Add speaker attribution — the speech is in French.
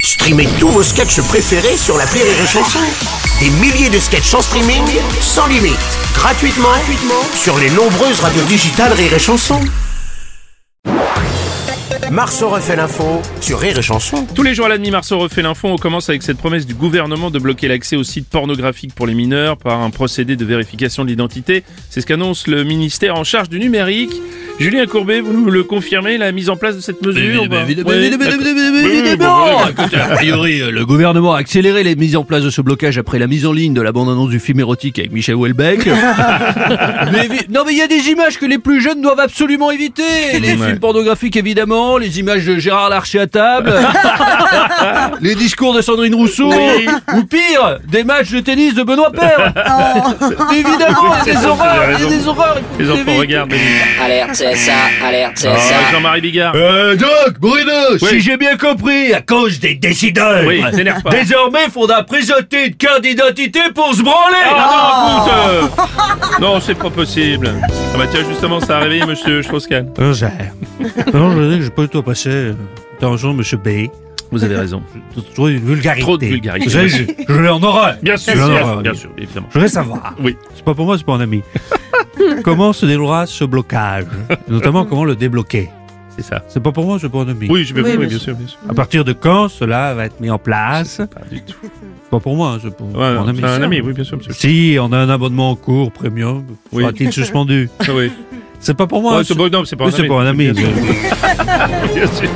Speaker 1: Streamez tous vos sketchs préférés sur la Rire et Chanson. Des milliers de sketchs en streaming, sans limite, gratuitement, gratuitement sur les nombreuses radios digitales Rire et Chanson. Marceau refait l'info sur Rire et Chanson.
Speaker 2: Tous les jours à la demi-mars, on refait l'info. On commence avec cette promesse du gouvernement de bloquer l'accès aux sites pornographiques pour les mineurs par un procédé de vérification de l'identité. C'est ce qu'annonce le ministère en charge du numérique. Julien Courbet, vous nous le confirmez, la mise en place de cette mesure ou pas Ouais, d'accord.
Speaker 3: Évidemment Écoutez, A priori, euh, le gouvernement a accéléré les mises en place de ce blocage après la mise en ligne de la bande-annonce du film érotique avec Michel Houellebecq. Mais évi- non mais il y a des images que les plus jeunes doivent absolument éviter Les
Speaker 2: Ouais.
Speaker 3: films pornographiques évidemment, les images de Gérard Larcher à table, les discours de Sandrine Rousseau,
Speaker 2: Oui.
Speaker 3: ou pire, des matchs de tennis de Benoît Paire
Speaker 2: Oh.
Speaker 3: Évidemment, il y a des horreurs, il y a des horreurs il
Speaker 2: Les
Speaker 3: faut que
Speaker 2: enfants
Speaker 3: j'évite.
Speaker 2: regardent.
Speaker 4: Alerte CSA, alerte
Speaker 2: Ah,
Speaker 4: CSA.
Speaker 2: Jean-Marie Bigard.
Speaker 3: Euh, donc, Bruno,
Speaker 2: Oui.
Speaker 3: si j'ai bien compris, à cause des décideurs,
Speaker 2: Oui, t'énerve pas.
Speaker 3: désormais, faudra présenter une carte d'identité pour se branler.
Speaker 2: Ah, non, écoute, euh, Non, c'est pas possible. Ah bah tiens, justement, ça a réveillé monsieur
Speaker 3: Ah.
Speaker 2: Strauss-Kahn.
Speaker 5: Bonjour. Euh, Non, je dis que j'ai pas du tout passé euh, attention, monsieur B.
Speaker 2: Vous avez raison.
Speaker 5: Trop de vulgarité.
Speaker 2: Trop de vulgarité.
Speaker 5: Vous savez, je, je l'ai en horreur.
Speaker 2: Bien sûr,
Speaker 5: Non, non,
Speaker 2: bien,
Speaker 5: non,
Speaker 3: euh,
Speaker 2: bien
Speaker 5: oui.
Speaker 2: sûr, évidemment.
Speaker 5: Je voudrais savoir.
Speaker 2: Oui.
Speaker 5: C'est pas pour moi, c'est pour un ami. comment se déroulera ce blocage Notamment, comment le débloquer
Speaker 2: C'est ça.
Speaker 5: C'est pas pour moi, c'est pour un ami.
Speaker 2: Oui, je- oui, bien sûr, Ah, bien sûr.
Speaker 5: À partir de quand cela va être mis en place
Speaker 2: Pas du tout.
Speaker 5: Pas pour moi, hein, c'est pour,
Speaker 2: Ouais,
Speaker 5: pour un ami.
Speaker 2: bah, c'est un ami, oui, bien sûr, monsieur.
Speaker 5: Si on a un abonnement en cours premium,
Speaker 2: Oui.
Speaker 5: sera-t-il suspendu
Speaker 2: Ah Oui.
Speaker 5: C'est pas pour moi.
Speaker 2: Ouais, c'est-
Speaker 5: c'est-
Speaker 2: bon, non, c'est pas
Speaker 5: Oui, c'est pour un ami.
Speaker 2: Bien sûr. Bien sûr.